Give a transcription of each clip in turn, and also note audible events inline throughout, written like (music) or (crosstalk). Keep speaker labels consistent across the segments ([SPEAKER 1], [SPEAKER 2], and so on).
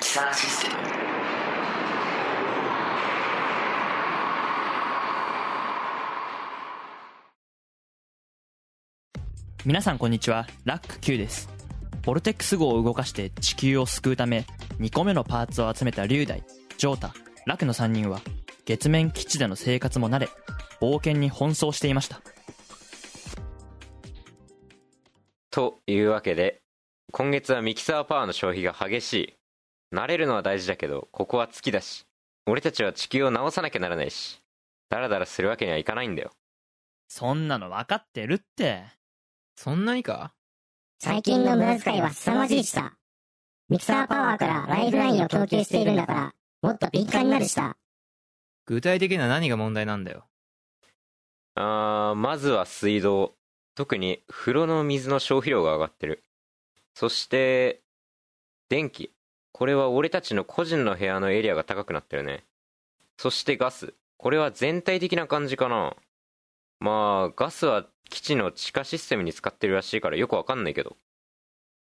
[SPEAKER 1] キサーシステム
[SPEAKER 2] 皆さんこんにちは、ラック Q です。ボルテックス号を動かして地球を救うため、2個目のパーツを集めたリュウダイ、ジョータ、ラクの3人は、月面基地での生活も慣れ、冒険に奔走していました。
[SPEAKER 3] というわけで今月はミキサーパワーの消費が激しい慣れるのは大事だけどここは月だし俺たちは地球を直さなきゃならないしダラダラするわけにはいかないんだよ
[SPEAKER 2] そんなの分かってるって。
[SPEAKER 4] そんなにか
[SPEAKER 5] 最近の無駄遣いは凄まじいしさ。ミキサーパワーからライフラインを供給しているんだから、もっと敏感になるしさ。
[SPEAKER 4] 具体的には何が問題なんだよ
[SPEAKER 3] あーまずは水道特に風呂の水の消費量が上がってるそして電気これは俺たちの個人の部屋のエリアが高くなってるねそしてガスこれは全体的な感じかなまあガスは基地の地下システムに使ってるらしいからよくわかんないけど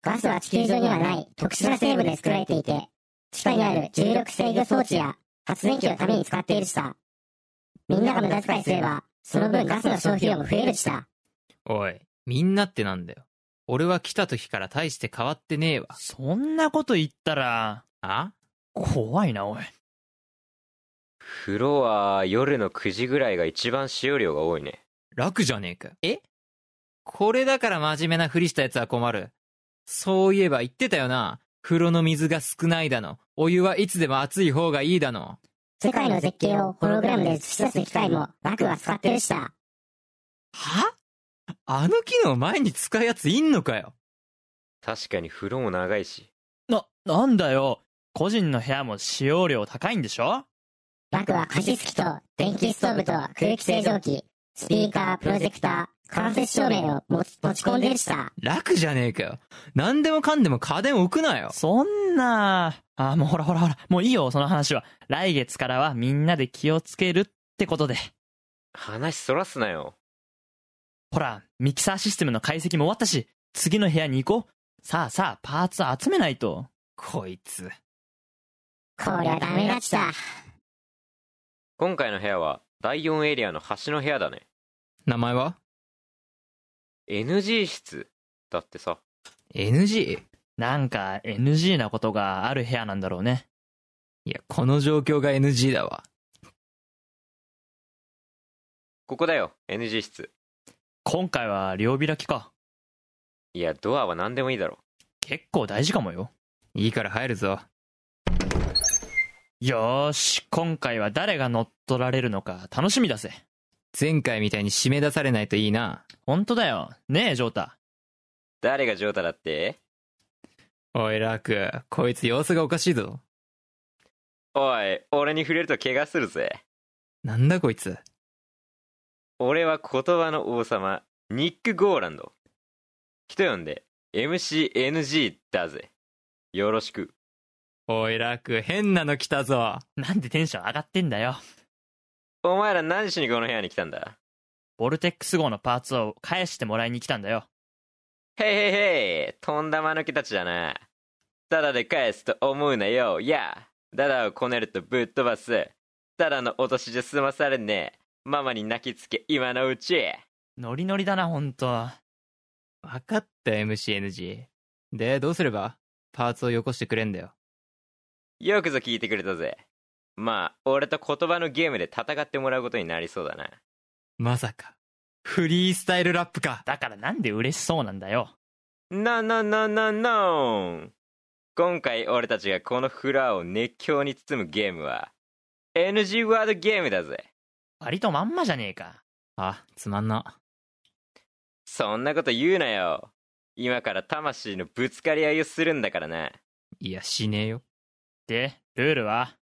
[SPEAKER 5] ガスは地球上にはない特殊な成分で作られていて、地下にある重力制御装置や発電機のために使っているしさ。みんなが無駄遣いすれば、その分ガスの消費量も増えるしさ。
[SPEAKER 4] おいみんなってなんだよ俺は来た時から大して変わってねえわ
[SPEAKER 2] そんなこと言ったら、
[SPEAKER 4] あ
[SPEAKER 2] 怖いな、おい。
[SPEAKER 3] 風呂は夜の9時ぐらいが一番使用量が多いね
[SPEAKER 4] 楽じゃねえかえこれだから真面目なふりしたやつは困るそういえば言ってたよな風呂の水が少ないだのお湯はいつでも熱い方がいいだの
[SPEAKER 5] 世界の絶景をホログラムで映し出す機械も楽は使ってるしさ。
[SPEAKER 4] はあの機能前に使うやついんのかよ
[SPEAKER 3] 確かに風呂も長いし
[SPEAKER 2] な、なんだよ。個人の部屋も使用量高いんでしょ
[SPEAKER 5] 楽は加湿器と電気ストーブと空気清浄機、スピーカー、プロジェクター、間接照明を持ち持ち込んでるしさ。
[SPEAKER 4] 楽じゃねえかよ何でもかんでも家電置くなよ
[SPEAKER 2] そんな、あ、もうほらほらほら、もういいよ、その話は。来月からはみんなで気をつけるってことで。
[SPEAKER 3] 話そらすなよ
[SPEAKER 2] ほら、ミキサーシステムの解析も終わったし、次の部屋に行こう。さあさあ、パーツ集めないと。
[SPEAKER 4] こいつ
[SPEAKER 5] こりゃダメだちさ。
[SPEAKER 3] 今回の部屋は第4エリアの端の部屋だね
[SPEAKER 4] 名前は
[SPEAKER 3] NG 室だってさ
[SPEAKER 4] NG?
[SPEAKER 2] なんか NG なことがある部屋なんだろうね。
[SPEAKER 4] いや、この状況が NG だわ。
[SPEAKER 3] ここだよ NG 室
[SPEAKER 2] 今回は両開きか。
[SPEAKER 3] いやドアは何でもいいだろ
[SPEAKER 2] 結構大事かもよ。
[SPEAKER 4] いいから入るぞ。
[SPEAKER 2] よーし、今回は誰が乗っ取られるのか楽しみだぜ。
[SPEAKER 4] 前回みたいに締め出されないといいな。
[SPEAKER 2] ほんとだよ。ねえ、ジョータ。
[SPEAKER 3] 誰がジョータだって
[SPEAKER 4] おい、ラク、こいつ様子がおかしいぞ。
[SPEAKER 3] おい俺に触れると怪我するぜ
[SPEAKER 4] なんだこいつ。
[SPEAKER 3] 俺は言葉の王様ニック・ゴーランド人呼んで MCNG だぜよろしく
[SPEAKER 4] おい、ラク、変なの来たぞ。
[SPEAKER 2] なんでテンション上がってんだよ。
[SPEAKER 3] お前ら何しにこの部屋に来たんだ
[SPEAKER 2] ボルテックス号のパーツを返してもらいに来たんだよ。
[SPEAKER 3] へいへいへいとんだ間抜けたちだな。ただで返すと思うなよ、やあダダをこねるとぶっ飛ばす。ただの落としじゃ済まされねえ。ママに泣きつけ、今のうち。
[SPEAKER 2] ノリノリだな、ほんと。
[SPEAKER 4] わかった、MCNG。で、どうすればパーツをよこしてくれんだよ。
[SPEAKER 3] よくぞ聞いてくれたぜ。まあ、俺と言葉のゲームで戦ってもらうことになりそうだな。
[SPEAKER 4] まさか。フリースタイルラップか。
[SPEAKER 2] だからなんで嬉しそうなんだよ。
[SPEAKER 3] ななななな今回俺たちがこのフラーを熱狂に包むゲームは NG ワードゲームだぜ
[SPEAKER 2] 割とまんまじゃねえか。
[SPEAKER 4] あ、つまんな。
[SPEAKER 3] そんなこと言うなよ今から魂のぶつかり合いをするんだからない
[SPEAKER 4] や、しねえよ。
[SPEAKER 2] で、ルールは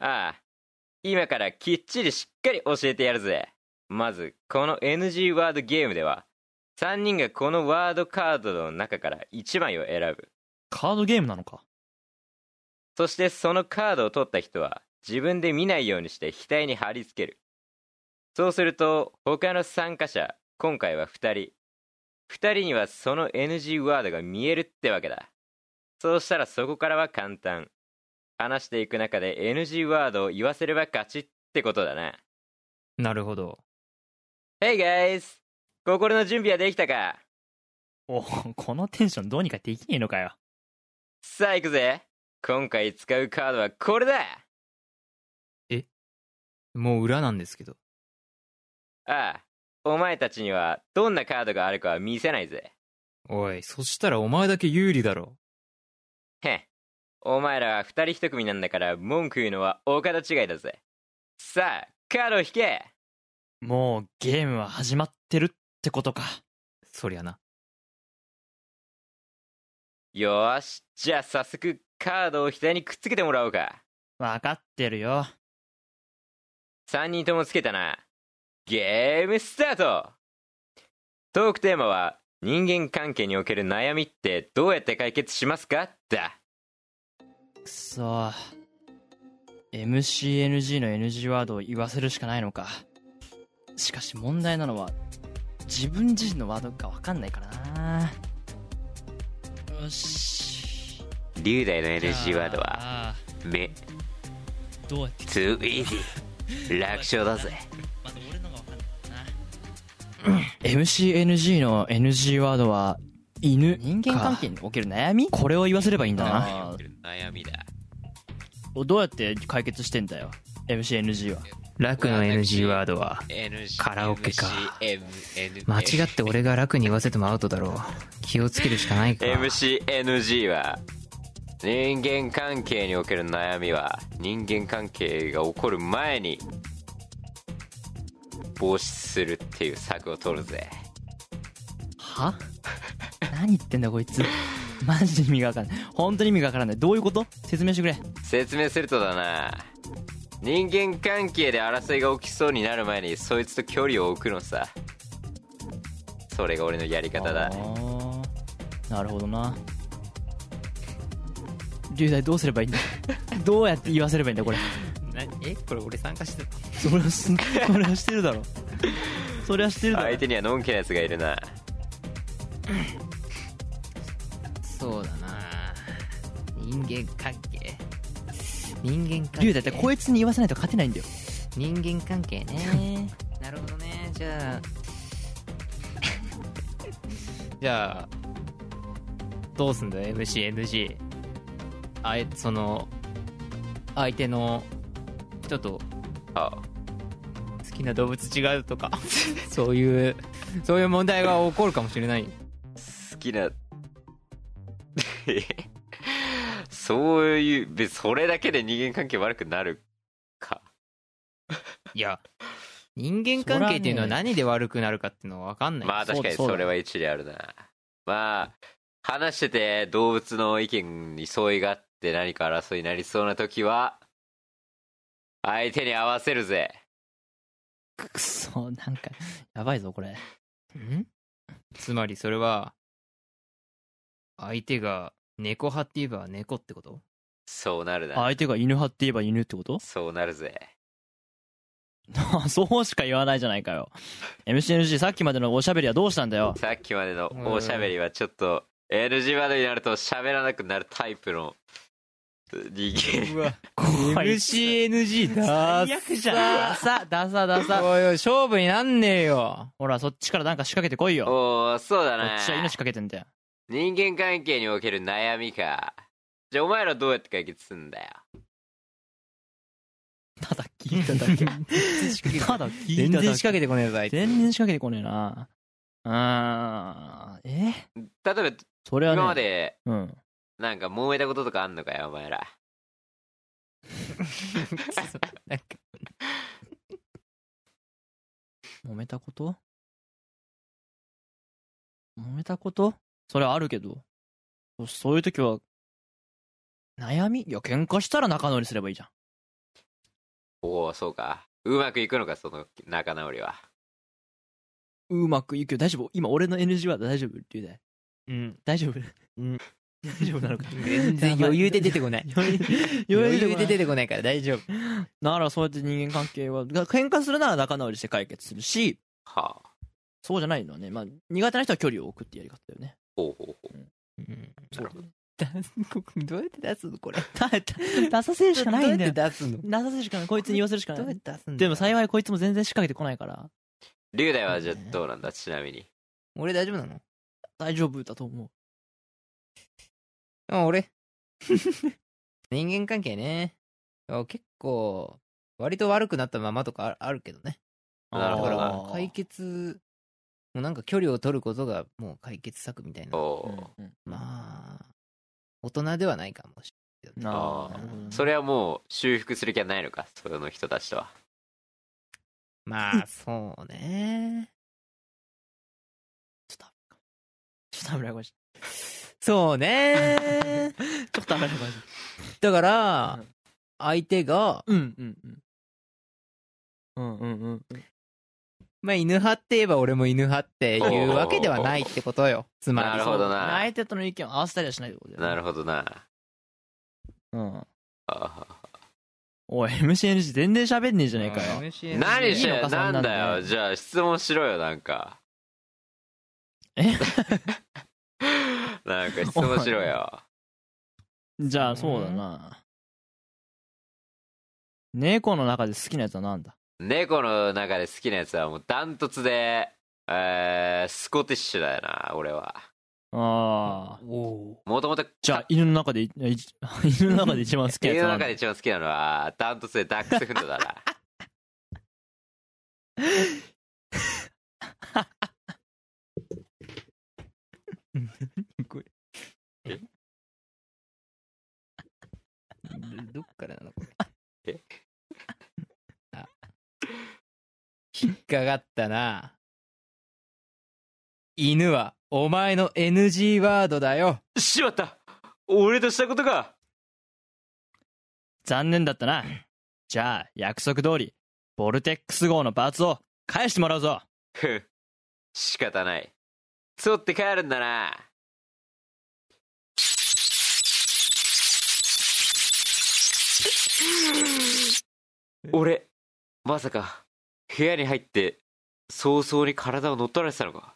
[SPEAKER 3] ああ今からきっちりしっかり教えてやるぜまずこの NG ワードゲームでは3人がこのワードカードの中から1枚を選ぶ
[SPEAKER 2] カードゲームなのか。
[SPEAKER 3] そしてそのカードを取った人は自分で見ないようにして額に貼り付けるそうすると他の参加者今回は2人2人にはその NG ワードが見えるってわけだそうしたらそこからは簡単話していく中で NG ワードを言わせれば勝ちってことだな
[SPEAKER 4] なるほど。
[SPEAKER 3] Hey guys 心の準備はできたか
[SPEAKER 2] おこのテンションどうにかできねえのかよ。
[SPEAKER 3] さあ行くぜ今回使うカードはこれだ
[SPEAKER 4] もう裏なんですけど。
[SPEAKER 3] ああお前たちにはどんなカードがあるかは見せないぜ
[SPEAKER 4] おい、そしたらお前だけ有利だろ。
[SPEAKER 3] へんお前らは二人一組なんだから文句言うのはお方違いだぜさあカードを引け
[SPEAKER 2] もうゲームは始まってるってことか。
[SPEAKER 4] そりゃな。
[SPEAKER 3] よーしじゃあ早速カードを額にくっつけてもらおうか
[SPEAKER 2] わかってるよ。
[SPEAKER 3] 3人ともつけたなゲームスタートトークテーマは人間関係における悩みってどうやって解決しますかだ
[SPEAKER 2] くそ MCNG の NG ワードを言わせるしかないのかしかし問題なのは自分自身のワードかわかんないからなよし
[SPEAKER 3] 龍大の NG ワードは
[SPEAKER 2] あ
[SPEAKER 3] 目
[SPEAKER 2] ーどうやって
[SPEAKER 3] ツーイージー楽勝だぜ
[SPEAKER 2] まだ俺のがわかんないな MCNG の NG ワードは犬人間関係における悩みこれを言わせればいいんだな
[SPEAKER 3] 悩みだ
[SPEAKER 2] どうやって解決してんだよ MCNG は
[SPEAKER 4] 楽
[SPEAKER 3] の NG ワ
[SPEAKER 4] ードは、カラオケか
[SPEAKER 3] MCN
[SPEAKER 4] 間違って俺が楽に言わせてもアウトだろう。気をつけるしかないか。
[SPEAKER 3] MCNG は人間関係における悩みは人間関係が起こる前に防止するっていう策を取るぜ
[SPEAKER 2] は何言ってんだこいつマジで意味がわからない本当に意味がわからないどういうこと説明してくれ
[SPEAKER 3] 説明するとだな人間関係で争いが起きそうになる前にそいつと距離を置くのさそれが俺のやり方だ
[SPEAKER 2] あーなるほどな龍大どうすればいいんだどうやって言わせればいいんだこれ
[SPEAKER 4] え、これ俺参加してた
[SPEAKER 2] それはすそれはしてるだろそれはしてるだろ
[SPEAKER 3] 相手にはのんきなやつがいるな
[SPEAKER 4] そうだな人間関係。人間関係。
[SPEAKER 2] 龍大ってこいつに言わせないと勝てないんだよ
[SPEAKER 4] 人間関係ね (laughs) なるほどねじゃあ (laughs) じゃあどうすんだよ MCNG あえその相手の人と
[SPEAKER 3] あ
[SPEAKER 4] 好きな動物違うとか (laughs) そういうそういう問題が起こるかもしれない
[SPEAKER 3] 好きな (laughs) そういう別それだけで人間関係悪くなるか
[SPEAKER 4] いや人間関係っていうのは何で悪くなるかっていうのは分かんない、
[SPEAKER 3] まあ
[SPEAKER 2] そう
[SPEAKER 3] 確かに
[SPEAKER 2] そうだ
[SPEAKER 3] それは一理あるなまあ話してて動物の意見に相違があって何か争いになりそうな時は相手に合わせるぜ
[SPEAKER 2] くそなんかやばいぞこれ
[SPEAKER 4] んつまりそれは相手が猫派って言えば猫ってこと
[SPEAKER 3] そうなるな
[SPEAKER 2] 相手が犬派って言えば犬ってこと (laughs)
[SPEAKER 3] そうなるぜ
[SPEAKER 2] あそうしか言わないじゃないかよ MCNG さっきまでのおしゃべりはどうしたんだよ
[SPEAKER 3] さっきまでのおしゃべりはちょっと NG ワードになると喋らなくなるタイプの人間
[SPEAKER 4] うわ
[SPEAKER 2] 怖い
[SPEAKER 4] MCNG だ
[SPEAKER 2] 最悪じゃんダサダサダサ
[SPEAKER 4] おいおい勝負になんねえよ
[SPEAKER 2] ほらそっちからなんか仕掛けてこいよこ
[SPEAKER 3] おおそうだな
[SPEAKER 2] っちは命かけてんだよ
[SPEAKER 3] 人間関係における悩みかじゃあお前らどうやって解決すんだよ
[SPEAKER 2] 叩き聞いただ (laughs) け。ただ聞い
[SPEAKER 4] 全
[SPEAKER 2] ただけ。
[SPEAKER 4] 然仕掛けてこねえぞ、あいつ。
[SPEAKER 2] 全然仕掛けてこねえな。あー、え
[SPEAKER 3] 例えば
[SPEAKER 2] それはね。
[SPEAKER 3] 今まで
[SPEAKER 2] うん。
[SPEAKER 3] なんか揉めたこととかあんのかよお前ら
[SPEAKER 4] なんか
[SPEAKER 2] 揉めたこと揉めたことそれはあるけど。そそういう時は、悩みいや、喧嘩したら仲直りすればいいじゃん。
[SPEAKER 3] おおそうかうまくいくのかその仲直りは
[SPEAKER 2] うまくいくよ。大丈夫今、俺の NG は大丈夫龍大。
[SPEAKER 4] うん。
[SPEAKER 2] 大丈夫
[SPEAKER 4] うん。
[SPEAKER 2] 大丈夫なのか。
[SPEAKER 4] 全然余裕で出てこない。
[SPEAKER 2] (laughs) (laughs) 余裕
[SPEAKER 4] 余裕
[SPEAKER 2] 余裕
[SPEAKER 4] で
[SPEAKER 2] で
[SPEAKER 4] 出
[SPEAKER 2] 出て
[SPEAKER 4] てこないから大丈夫。
[SPEAKER 2] ならそうやって人間関係はが喧嘩するなら仲直りして解決するし
[SPEAKER 3] はあ
[SPEAKER 2] そうじゃないのはね、まあ、苦手な人は距離を置くってやり方だよね
[SPEAKER 3] ほうほうほう
[SPEAKER 2] そうだね
[SPEAKER 4] どうやって出すのこれ。
[SPEAKER 2] (laughs) 出させるしかないんだよ
[SPEAKER 4] どうやって出すの
[SPEAKER 2] 出させるしかないこいつに言わせるしか
[SPEAKER 4] どう
[SPEAKER 2] な
[SPEAKER 4] や
[SPEAKER 2] い
[SPEAKER 4] って出すんだ
[SPEAKER 2] でも幸いこいつも全然仕掛けてこないから
[SPEAKER 3] 龍大はじゃあどうなんだちなみに
[SPEAKER 4] 俺大丈夫なの
[SPEAKER 2] 大丈夫だと思う
[SPEAKER 4] あ、俺。 (laughs) 人間関係ね。あ結構、割と悪くなったままとかああるけどね。
[SPEAKER 3] なるほど
[SPEAKER 4] だか
[SPEAKER 3] あ
[SPEAKER 4] ら解決、もうなんか距離を取ることがもう解決策みた
[SPEAKER 3] お
[SPEAKER 4] いな。
[SPEAKER 3] お
[SPEAKER 2] うんうん
[SPEAKER 4] まあ、大人ではないかもしれないけどね。
[SPEAKER 2] あ
[SPEAKER 3] あ
[SPEAKER 2] ー
[SPEAKER 3] ー
[SPEAKER 2] なるほどね
[SPEAKER 3] それはもう修復する気はないのかその人たちとは
[SPEAKER 4] まあ、そうね。
[SPEAKER 2] ちょっとちょっと危ないかもし
[SPEAKER 4] そ
[SPEAKER 3] (laughs)
[SPEAKER 4] うね。
[SPEAKER 2] れないちょっと危ないかもしれない
[SPEAKER 4] だから
[SPEAKER 2] うん、
[SPEAKER 4] 相手が、
[SPEAKER 2] (laughs) うんうんうんうんうんうん
[SPEAKER 4] まあ、犬派って言えば俺も犬派っていうわけではないってことよ。つまり。
[SPEAKER 3] なるほどな
[SPEAKER 2] 相手との意見を合わせたりはしないってことだよね
[SPEAKER 3] なるほどな
[SPEAKER 2] うん
[SPEAKER 3] あー
[SPEAKER 2] おい MCNG 全然喋んねえじゃねえかよ
[SPEAKER 4] 何し
[SPEAKER 3] 何して
[SPEAKER 2] いいのか
[SPEAKER 3] なんだ
[SPEAKER 2] そんな
[SPEAKER 3] よ
[SPEAKER 2] んで
[SPEAKER 3] じゃあ質問しろよなんか
[SPEAKER 2] え
[SPEAKER 3] (laughs) なんか質問しろよ
[SPEAKER 2] じゃあそうだな猫の中で好きなやつはなんだ
[SPEAKER 3] 猫の中で好きなやつはもうダントツで、えー、スコティッシュだよな俺は
[SPEAKER 2] ああ
[SPEAKER 3] もともと
[SPEAKER 2] じゃあ犬の中でい (laughs) い犬の中で一番好きなや
[SPEAKER 3] 家
[SPEAKER 2] つ
[SPEAKER 3] の
[SPEAKER 2] はなん
[SPEAKER 3] 中
[SPEAKER 2] だ
[SPEAKER 3] で一番好きなのはダントツでダックスフンドだな
[SPEAKER 4] どっからなのこれ
[SPEAKER 3] え。
[SPEAKER 4] (laughs) あ引っかかったな。犬はお前の NG ワードだよ。
[SPEAKER 3] (laughs) しまった俺としたことが
[SPEAKER 2] 残念だったなじゃあ約束通りボルテックス号のパーツを返してもらうぞ
[SPEAKER 3] ふん仕方ないそって帰るんだな俺まさか部屋に入って早々に体を乗っ取られてたのか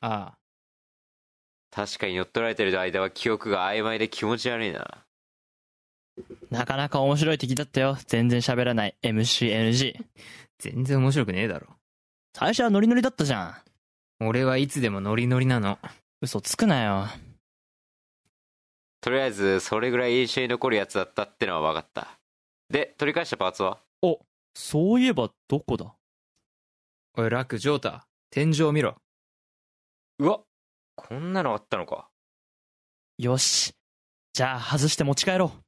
[SPEAKER 4] ああ。
[SPEAKER 3] 確かに乗っ取られてる間は記憶が曖昧で気持ち悪いな
[SPEAKER 2] なかなか面白い敵だったよ全然喋らない MCNG
[SPEAKER 4] 全然面白くねえだろ。
[SPEAKER 2] 最初はノリノリだったじゃん
[SPEAKER 4] 俺はいつでもノリノリなの。
[SPEAKER 2] 嘘つくなよ
[SPEAKER 3] とりあえずそれぐらい印象に残るやつだったってのは分かったで取り返したパーツは
[SPEAKER 2] そういえばどこだ
[SPEAKER 4] おい、ラク、ジョータ、天井見ろ。
[SPEAKER 3] うわこんなのあったのか
[SPEAKER 2] よしじゃあ外して持ち帰ろう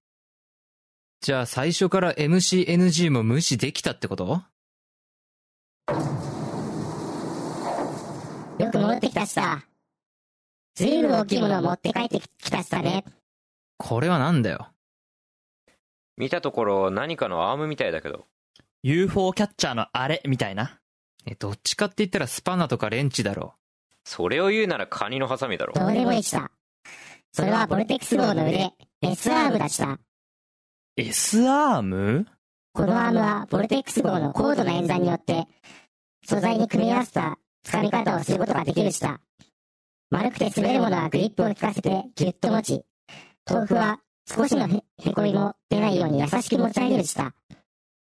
[SPEAKER 4] じゃあ最初から MCNG も無視できたってこと
[SPEAKER 5] よく戻ってきたしさ。ずいぶん大きいものを持って帰ってきたしさね。
[SPEAKER 4] これはなんだよ。
[SPEAKER 3] 見たところ何かのアームみたいだけど
[SPEAKER 2] UFO キャッチャーのあれみたいな
[SPEAKER 4] え、どっちかって言ったらスパナとかレンチだろ。
[SPEAKER 3] それを言うならカニのハサミだろ
[SPEAKER 5] どうでもいいしさ。それはボルテックス号の腕、S アームだしさ。
[SPEAKER 2] S アーム
[SPEAKER 5] このアームはボルテックス号の高度な演算によって、素材に組み合わせた掴み方をすることができるしさ。丸くて滑るものはグリップを効かせてぎゅっと持ち、豆腐は少しのへへこみも出ないように優しく持ち上げるしさ。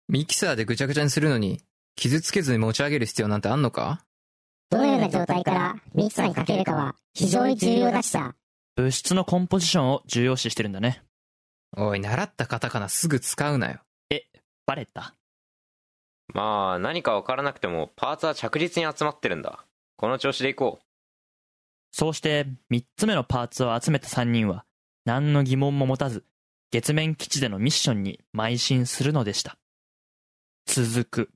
[SPEAKER 4] ミキサーでぐちゃぐちゃにするのに、傷つけずに持ち上げる必要なんてあんのか
[SPEAKER 5] どのような状態からミキサーにかけるかは非常に重要だしさ。
[SPEAKER 2] 物質のコンポジションを重要視してるんだね
[SPEAKER 4] おい、習ったカタカナすぐ使うなよ。
[SPEAKER 2] バレた。
[SPEAKER 6] まあ、何か分からなくても、パーツは着実に集まってるんだ。この調子でいこ
[SPEAKER 2] そうして3つ目のパーツを集めた3人は何の疑問も持たず月面基地でのミッションに邁進するのでした続く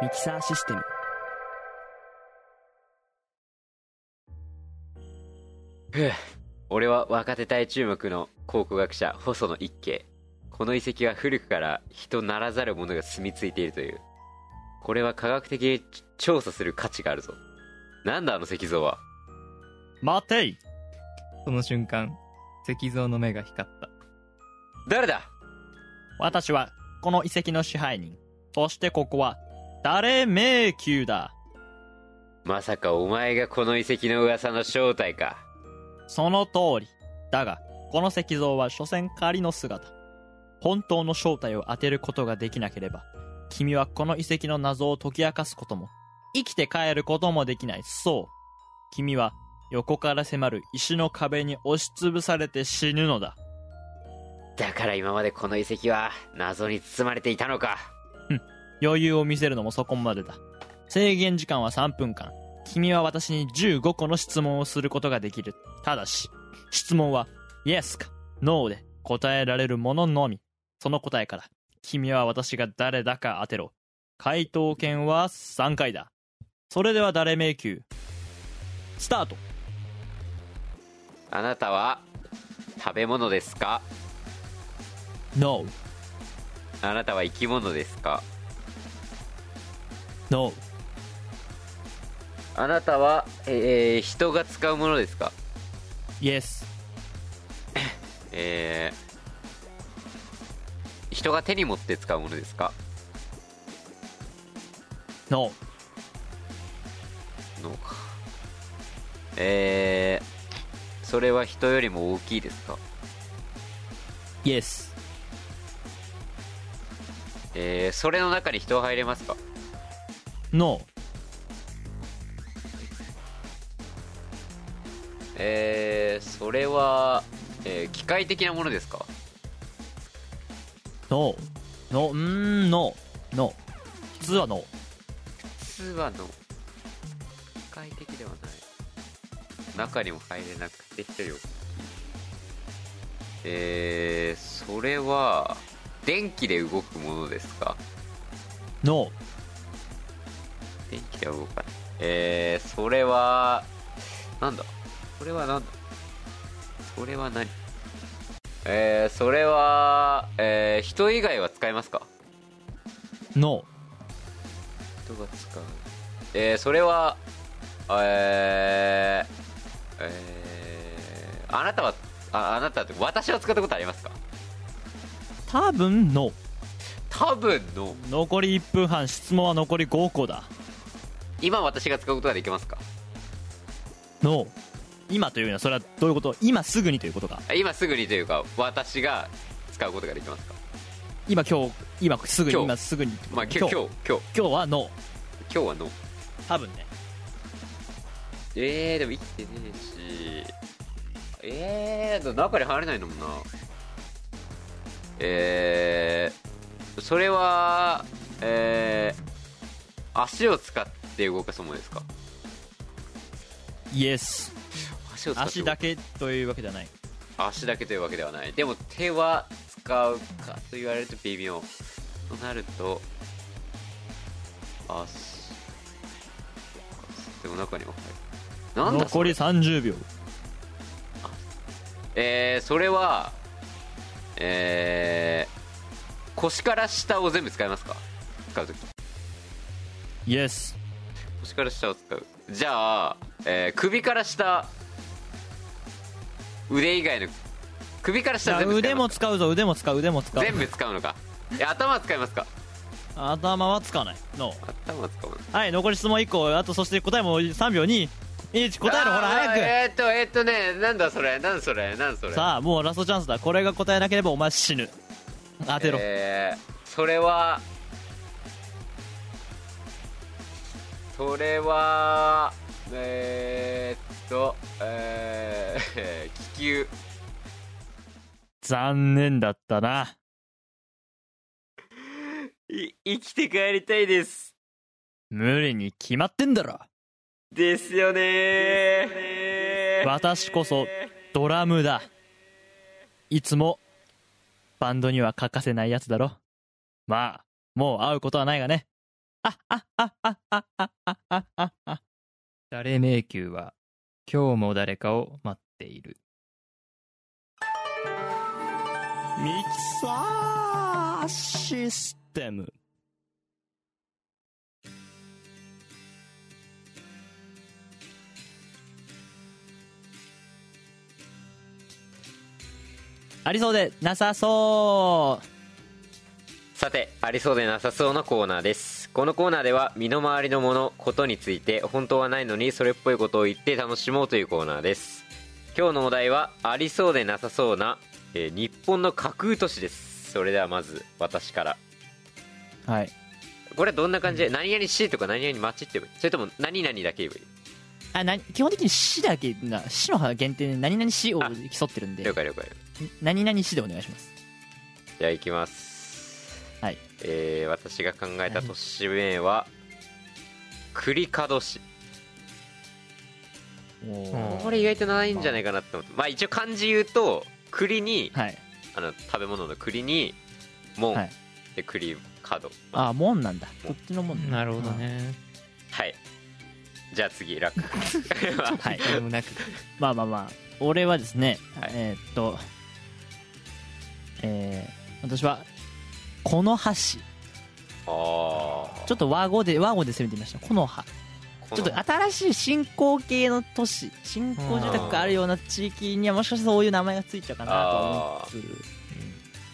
[SPEAKER 2] ミキサーシステム
[SPEAKER 3] 俺は若手大注目の考古学者細野一慶この遺跡は古くから人ならざる者が住み着いているというこれは科学的に調査する価値があるぞなんだあの石像は
[SPEAKER 2] 待てい
[SPEAKER 4] その瞬間、石像の目が光った。
[SPEAKER 3] 誰だ
[SPEAKER 2] 私はこの遺跡の支配人そしてここは誰迷宮だ
[SPEAKER 3] まさかお前がこの遺跡の噂の正体か
[SPEAKER 2] その通りだがこの石像は所詮仮の姿本当の正体を当てることができなければ君はこの遺跡の謎を解き明かすことも生きて帰ることもできないそう君は横から迫る石の壁に押しつぶされて死ぬのだ
[SPEAKER 3] だから今までこの遺跡は謎に包まれていたのか
[SPEAKER 2] 余裕を見せるのもそこまでだ制限時間は3分間君は私に15個の質問をすることができるただし質問は Yes か No で答えられるもののみその答えから君は私が誰だか当てろ回答権は3回だそれでは誰迷宮スタート
[SPEAKER 3] あなたは食べ物ですか
[SPEAKER 2] No
[SPEAKER 3] あなたは生き物ですか
[SPEAKER 2] No
[SPEAKER 3] あなたは、えー人が使うものですか
[SPEAKER 2] Yes
[SPEAKER 3] えー人が手に持って使うものですか
[SPEAKER 2] No
[SPEAKER 3] のかえーそれは人よりも大きいですか
[SPEAKER 2] Yes
[SPEAKER 3] えーそれの中に人は入れますか
[SPEAKER 2] No
[SPEAKER 3] えーそれは、えー機械的なものですか
[SPEAKER 2] No No うーん No No 普通は No
[SPEAKER 3] 普通はの機械的ではない中にも入れなくて人より大きいえーそれは電気で動くものですか
[SPEAKER 2] No
[SPEAKER 3] 電気では動かないえー、それはなんだそれはなんだそれは何えー、それはえー、人以外は使えますか
[SPEAKER 2] No
[SPEAKER 3] 人が使うえー、それはえー、えー、あなたはああなたって私は使ったことありますか
[SPEAKER 2] 多分 No
[SPEAKER 3] 多分の
[SPEAKER 2] 残り1分半質問は残り5個だ
[SPEAKER 3] 今私が使うことができますか
[SPEAKER 2] の今というのはそれはどういうこと今すぐにということか
[SPEAKER 3] 今すぐにというか私が使うことができますか
[SPEAKER 2] 今今日今すぐに
[SPEAKER 3] 今日
[SPEAKER 2] 今すぐにってこと
[SPEAKER 3] まあ
[SPEAKER 2] ね
[SPEAKER 3] きょ今日今日
[SPEAKER 2] 今日はの
[SPEAKER 3] 今日はの
[SPEAKER 2] 多分ね
[SPEAKER 3] えー、でも生きてねえし。えー、でも中に入れないんだもんな。えー、それは、えー、足を使って動かすものですか
[SPEAKER 2] イエス
[SPEAKER 3] 足を使って
[SPEAKER 2] 足
[SPEAKER 3] 動か
[SPEAKER 2] だけというわけじゃない
[SPEAKER 3] 足だけというわけではない。でも手は使うかと言われると微妙。となると、足。でも中には入る。なんだそ
[SPEAKER 2] 残り
[SPEAKER 3] れ
[SPEAKER 2] 30秒
[SPEAKER 3] えー、それは、えー、腰から下を全部使いますか使うとき。
[SPEAKER 2] イエス
[SPEAKER 3] 腰から下を使う。じゃあ、えー、首から下、腕以外の、首から下は全部使
[SPEAKER 2] 腕
[SPEAKER 3] いま
[SPEAKER 2] も
[SPEAKER 3] す
[SPEAKER 2] 使うぞ腕も使う腕も使
[SPEAKER 3] か
[SPEAKER 2] う
[SPEAKER 3] 全部使うのか。え、頭は使いますか
[SPEAKER 2] 頭は使わないの
[SPEAKER 3] 頭は使うの
[SPEAKER 2] はい残り質問1個あとそして答えも3秒に1答えろほら
[SPEAKER 3] あー
[SPEAKER 2] 早く
[SPEAKER 3] えーっと、えーっとね、なんだそれ、なんだそれ、なんだそれ。
[SPEAKER 2] さあもうラストチャンスだこれが答えなければお前死ぬ当てろ
[SPEAKER 3] えーそれはそれは (laughs) えー、っとえー気球
[SPEAKER 2] 残念だったな。
[SPEAKER 3] い生きて帰りたいです
[SPEAKER 2] 無理に決まってんだろ。
[SPEAKER 3] ですよね
[SPEAKER 2] 私こそドラムだ。いつもバンドには欠かせないやつだろ。まあ、もう会うことはないがね。
[SPEAKER 4] 誰迷宮は今日も誰かを待っている
[SPEAKER 2] ミキサーシステム。ありそうでなさそう
[SPEAKER 3] さてありそうでなさそうのコーナーですこのコーナーでは身の回りのものことについて本当はないのにそれっぽいことを言って楽しもうというコーナーです今日のお題はありそうでなさそうな、えー日本の架空都市ですそれではまず私から
[SPEAKER 2] はい。
[SPEAKER 3] これはどんな感じで何々市とか何々町って言えばいいそれとも何々だけ言えばいい
[SPEAKER 2] あ、な、基本的に市だけな、市の限定で何々市を競ってるんで
[SPEAKER 3] 了、解了解
[SPEAKER 2] 何々市でお願いします。
[SPEAKER 3] じゃあ行きます
[SPEAKER 2] はい
[SPEAKER 3] えー私が考えた都市名は栗門市
[SPEAKER 4] ー
[SPEAKER 3] これ意外とないんじゃないかなって思ってまあ一応漢字言うと栗に
[SPEAKER 2] はい。
[SPEAKER 3] あの食べ物の栗に門、
[SPEAKER 2] はい
[SPEAKER 3] で栗角
[SPEAKER 2] あ、門なんだ。こっちの門
[SPEAKER 4] なるほど。ね
[SPEAKER 3] はいじゃあ
[SPEAKER 2] (laughs)
[SPEAKER 3] 次楽
[SPEAKER 2] はい。
[SPEAKER 4] でもなく
[SPEAKER 2] まあまあまあ、俺はですね、
[SPEAKER 3] はい
[SPEAKER 2] えーっと、えー、私は、この橋。ち
[SPEAKER 3] ああ
[SPEAKER 2] ょっと和語で、和語で攻めてみました。この葉。ちょっと新しい新興系の都市、新興住宅があるような地域にはもしかしたらそういう名前がついちゃうかなとは思いつつ、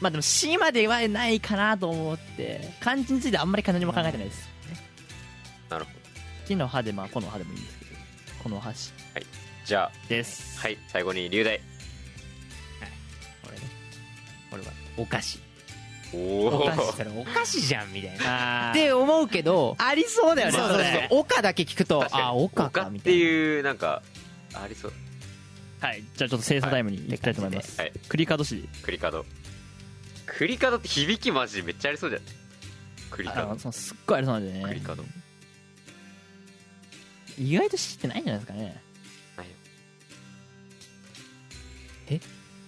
[SPEAKER 2] まあでも市まではないかなと思って、漢字についてあんまり漢字も考えてないです。
[SPEAKER 3] なるほど
[SPEAKER 2] 木の葉で、まあこの葉でもいいんですけど、この橋
[SPEAKER 3] じゃ
[SPEAKER 2] です。
[SPEAKER 3] あはい最後に流大
[SPEAKER 4] これねこれはお菓子
[SPEAKER 3] お
[SPEAKER 4] お
[SPEAKER 3] お
[SPEAKER 4] 菓子それお菓子じゃんみたいな
[SPEAKER 2] あー
[SPEAKER 4] って思うけど
[SPEAKER 2] ありそうだよね、
[SPEAKER 4] そう
[SPEAKER 2] そ
[SPEAKER 4] そう
[SPEAKER 2] れ
[SPEAKER 4] そう岡だけ聞くと
[SPEAKER 3] 確かに
[SPEAKER 4] あ岡かみ
[SPEAKER 3] った
[SPEAKER 4] い
[SPEAKER 3] てい
[SPEAKER 4] な
[SPEAKER 3] うなんかありそう
[SPEAKER 2] はい、じゃあちょっと精査タイムに行きたいと思います。
[SPEAKER 3] はい
[SPEAKER 2] 栗門市、
[SPEAKER 3] 栗角栗角って響きマジめっちゃありそうじゃない栗
[SPEAKER 2] あ
[SPEAKER 3] 角
[SPEAKER 2] のそのすっごいありそうなんで
[SPEAKER 3] 栗
[SPEAKER 2] ね、
[SPEAKER 3] 角
[SPEAKER 2] 意外と知ってないんじゃないですかね。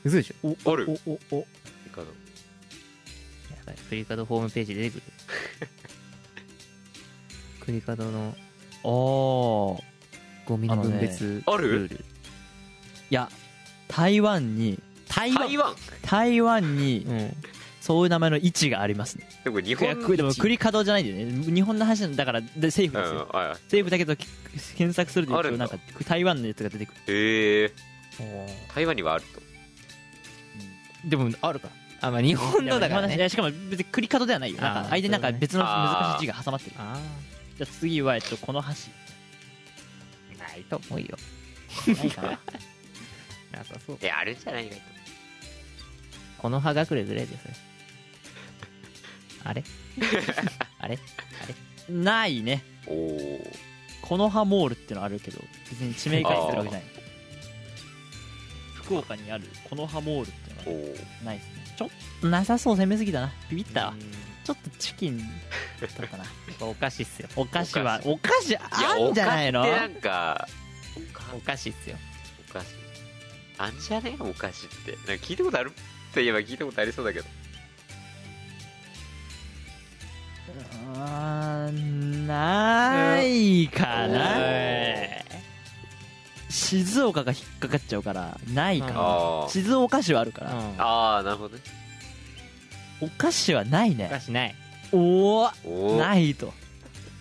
[SPEAKER 4] 嘘でしょ
[SPEAKER 3] ある
[SPEAKER 2] おおお
[SPEAKER 3] 栗角
[SPEAKER 4] やばいクリカドホームページ (laughs) 出てくるクリカドの
[SPEAKER 2] おー
[SPEAKER 4] ゴミの分別
[SPEAKER 3] あのねある
[SPEAKER 4] ルール
[SPEAKER 2] いや台湾に台
[SPEAKER 3] 台湾
[SPEAKER 2] 台湾に
[SPEAKER 4] うん
[SPEAKER 2] そういう名前の位置がありますね
[SPEAKER 3] でも日
[SPEAKER 2] い
[SPEAKER 3] 本
[SPEAKER 2] やくでも栗門じゃないんだよね日本の話なんだからでセーフ
[SPEAKER 3] うん
[SPEAKER 2] ですよ、
[SPEAKER 3] はいはい
[SPEAKER 2] セーフだけどき検索すると
[SPEAKER 3] あるん
[SPEAKER 2] な
[SPEAKER 3] だ
[SPEAKER 2] んか台湾のやつが出てくる、
[SPEAKER 3] へえ台湾にはあると
[SPEAKER 4] でもあるかあまあ日本
[SPEAKER 2] いや
[SPEAKER 4] のだから
[SPEAKER 2] いや
[SPEAKER 4] ね
[SPEAKER 2] しかも別に栗門ではないよなん
[SPEAKER 4] あ
[SPEAKER 2] か
[SPEAKER 4] ー
[SPEAKER 2] 相手なんか別の難しい字が挟まってる
[SPEAKER 4] あ
[SPEAKER 2] じゃあ次はえっとこの
[SPEAKER 4] あないと思うよ
[SPEAKER 2] 橋ないかな
[SPEAKER 4] なさそう
[SPEAKER 3] えあるんじゃない意外と
[SPEAKER 4] この葉隠れぐらいですねあれあれ
[SPEAKER 2] ないね
[SPEAKER 3] おお
[SPEAKER 2] この葉モールってのあるけど別に地名化してるわけじゃない福岡にあるこの葉モールってのがある
[SPEAKER 3] おお
[SPEAKER 2] ないですねちょっとなさそう攻めすぎたなビビったわ
[SPEAKER 4] うん
[SPEAKER 2] ちょっとチキン取ろうかな
[SPEAKER 4] お菓子っすよ
[SPEAKER 2] お菓子はお菓子あんじゃないの
[SPEAKER 3] いやお菓子ってなんかおか
[SPEAKER 4] お菓子っすよ
[SPEAKER 3] お菓子あんじゃねお菓子ってなんか聞いたことあるといえば聞いたことありそうだけど
[SPEAKER 2] うーんないかな
[SPEAKER 3] お
[SPEAKER 2] 静岡が引っかかっちゃうからないかな
[SPEAKER 3] あー
[SPEAKER 2] 静岡市はあるから
[SPEAKER 4] お
[SPEAKER 3] あーなるほどね
[SPEAKER 2] お菓子はないね
[SPEAKER 4] 菓子ない
[SPEAKER 2] おお
[SPEAKER 3] おおは
[SPEAKER 2] ないと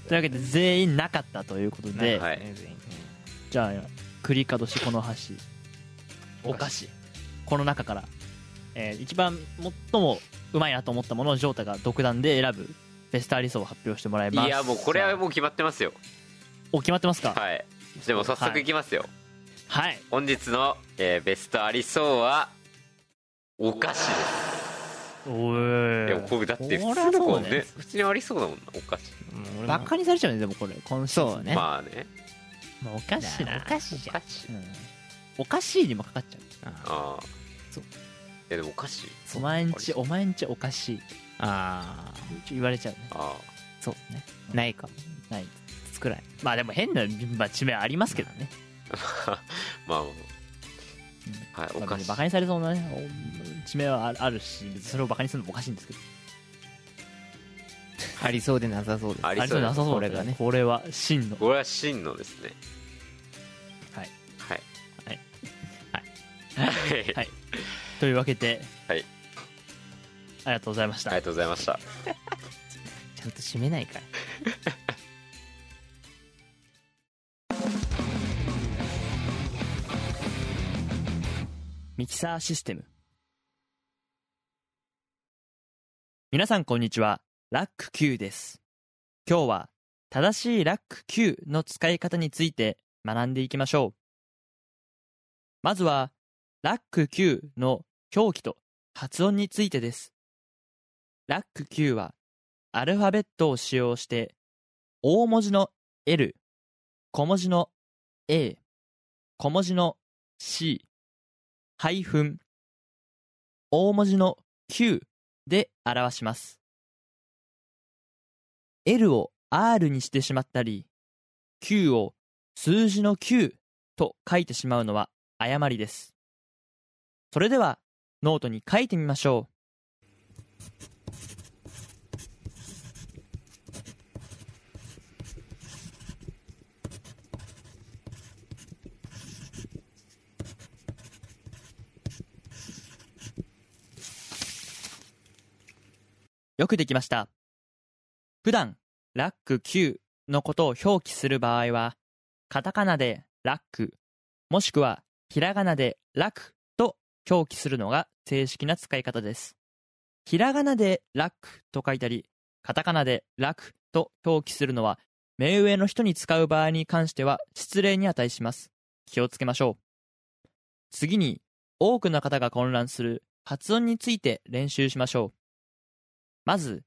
[SPEAKER 2] というわけで全員なかったということで、
[SPEAKER 3] い
[SPEAKER 2] じゃあ栗門市この橋お菓子この中から、えー一番最もうまいなと思ったものをジョータが独断で選ぶベストアリソを発表してもらい
[SPEAKER 3] い
[SPEAKER 2] ます
[SPEAKER 3] やもうこれはもう決まってますよ
[SPEAKER 2] お決まってますかはい、
[SPEAKER 3] はいでも早速いきますよ本日の、えーベストありそうはお菓子です
[SPEAKER 2] お
[SPEAKER 3] いや
[SPEAKER 2] ー
[SPEAKER 3] これだって
[SPEAKER 2] こ
[SPEAKER 3] 普
[SPEAKER 2] れは
[SPEAKER 3] 通
[SPEAKER 2] そう
[SPEAKER 3] の
[SPEAKER 2] ね
[SPEAKER 3] ね普通にありそうだもんなお菓子
[SPEAKER 4] うん俺も
[SPEAKER 2] バカにされちゃうねでもこれこの
[SPEAKER 4] そうね
[SPEAKER 3] まあね
[SPEAKER 2] まあお菓子な
[SPEAKER 4] お菓子
[SPEAKER 3] お
[SPEAKER 4] じゃん
[SPEAKER 3] 菓子
[SPEAKER 2] うんおかしいにもかかっちゃう
[SPEAKER 3] ああ
[SPEAKER 7] やでもおかしい
[SPEAKER 2] お前んちお前んちおかしい
[SPEAKER 4] あ
[SPEAKER 2] 言われちゃうね
[SPEAKER 7] あ
[SPEAKER 4] あそうねないか
[SPEAKER 2] ない
[SPEAKER 4] 作らない
[SPEAKER 2] まあでも変な、まあ、地名ありますけどね
[SPEAKER 7] あまあまあまあはいお
[SPEAKER 2] まあ
[SPEAKER 7] かし
[SPEAKER 2] 別に
[SPEAKER 7] い
[SPEAKER 2] バカにされそうなねお地名はあるあるし別にそれをバカにするのもおかしいんですけど
[SPEAKER 4] ありそうでなさそうです
[SPEAKER 7] ありそう
[SPEAKER 2] ありそうで
[SPEAKER 7] で
[SPEAKER 2] な
[SPEAKER 7] す
[SPEAKER 2] さそう
[SPEAKER 4] これがね
[SPEAKER 2] これは真の
[SPEAKER 7] これは真のですね
[SPEAKER 2] はい
[SPEAKER 7] はい
[SPEAKER 2] はい
[SPEAKER 7] はい
[SPEAKER 2] はいというわけでは
[SPEAKER 7] はい
[SPEAKER 2] ありがとうございまし
[SPEAKER 7] あ
[SPEAKER 2] た、
[SPEAKER 7] りがとうございました
[SPEAKER 4] ちゃんと締めないから
[SPEAKER 2] ミキサーシステム皆さんこんにちはラック Q です今日は正しいラック Q の使い方について学んでいきましょうまずはラック Q の表記と発音についてですラック Q はアルファベットを使用して大文字の L 小文字の A 小文字の C ハイフン、大文字の Q で表します。L を R にしてしまったり、Q を数字の Q と書いてしまうのは誤りです。それでは、ノートに書いてみましょう。よくできました。普段、ラック Q のことを表記する場合は、カタカナでラック、もしくはひらがなでラクと表記するのが正式な使い方です。ひらがなでラックと書いたり、カタカナでラクと表記するのは、目上の人に使う場合に関しては失礼に値します。気をつけましょう。次に、多くの方が混乱する発音について練習しましょう。まず、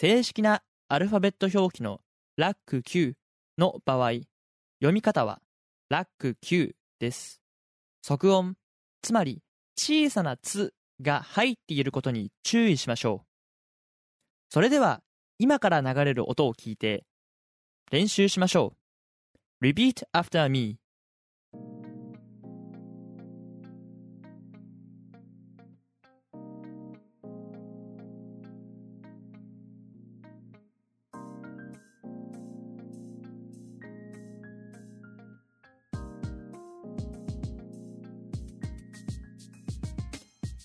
[SPEAKER 2] 正式なアルファベット表記のラック Q の場合、読み方はラック Q です。即音、つまり小さなつが入っていることに注意しましょう。それでは、今から流れる音を聞いて、練習しましょう。Repeat after me.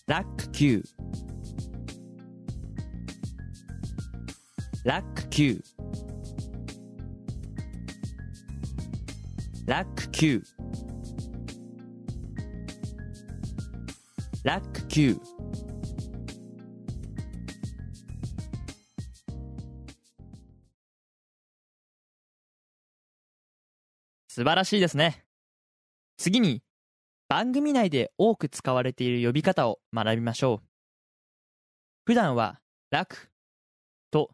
[SPEAKER 2] ラック Q ラック Q ラック Q ラック Q 素晴らしいですね次に番組内で多く使われている呼び方を学びましょう普段は「楽」と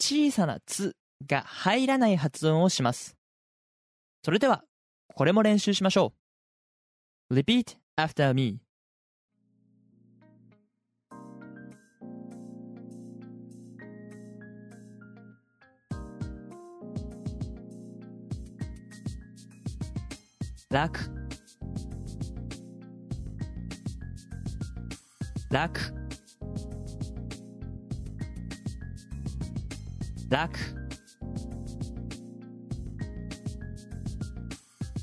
[SPEAKER 2] 小さな「つ」が入らない発音をしますそれではこれも練習しましょう Repeat after me 楽楽楽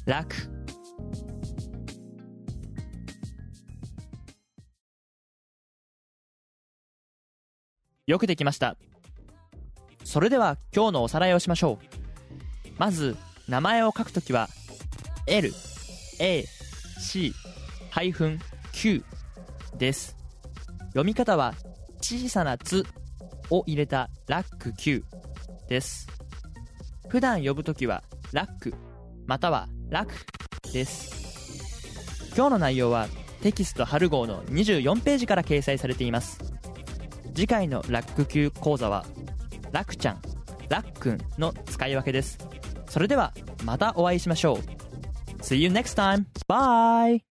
[SPEAKER 2] 楽よくできましたそれでは今日のおさらいをしましょうまず名前を書くときは LAC-Q です読み方は小さな「つ」を入れた「ラック Q」です普段呼ぶときは「ラック」または「ラク」です今日の内容はテキスト春号の24ページから掲載されています次回のラック Q 講座は「ラクちゃん」「ラックン」の使い分けですそれではまたお会いしましょう See you next time! Bye!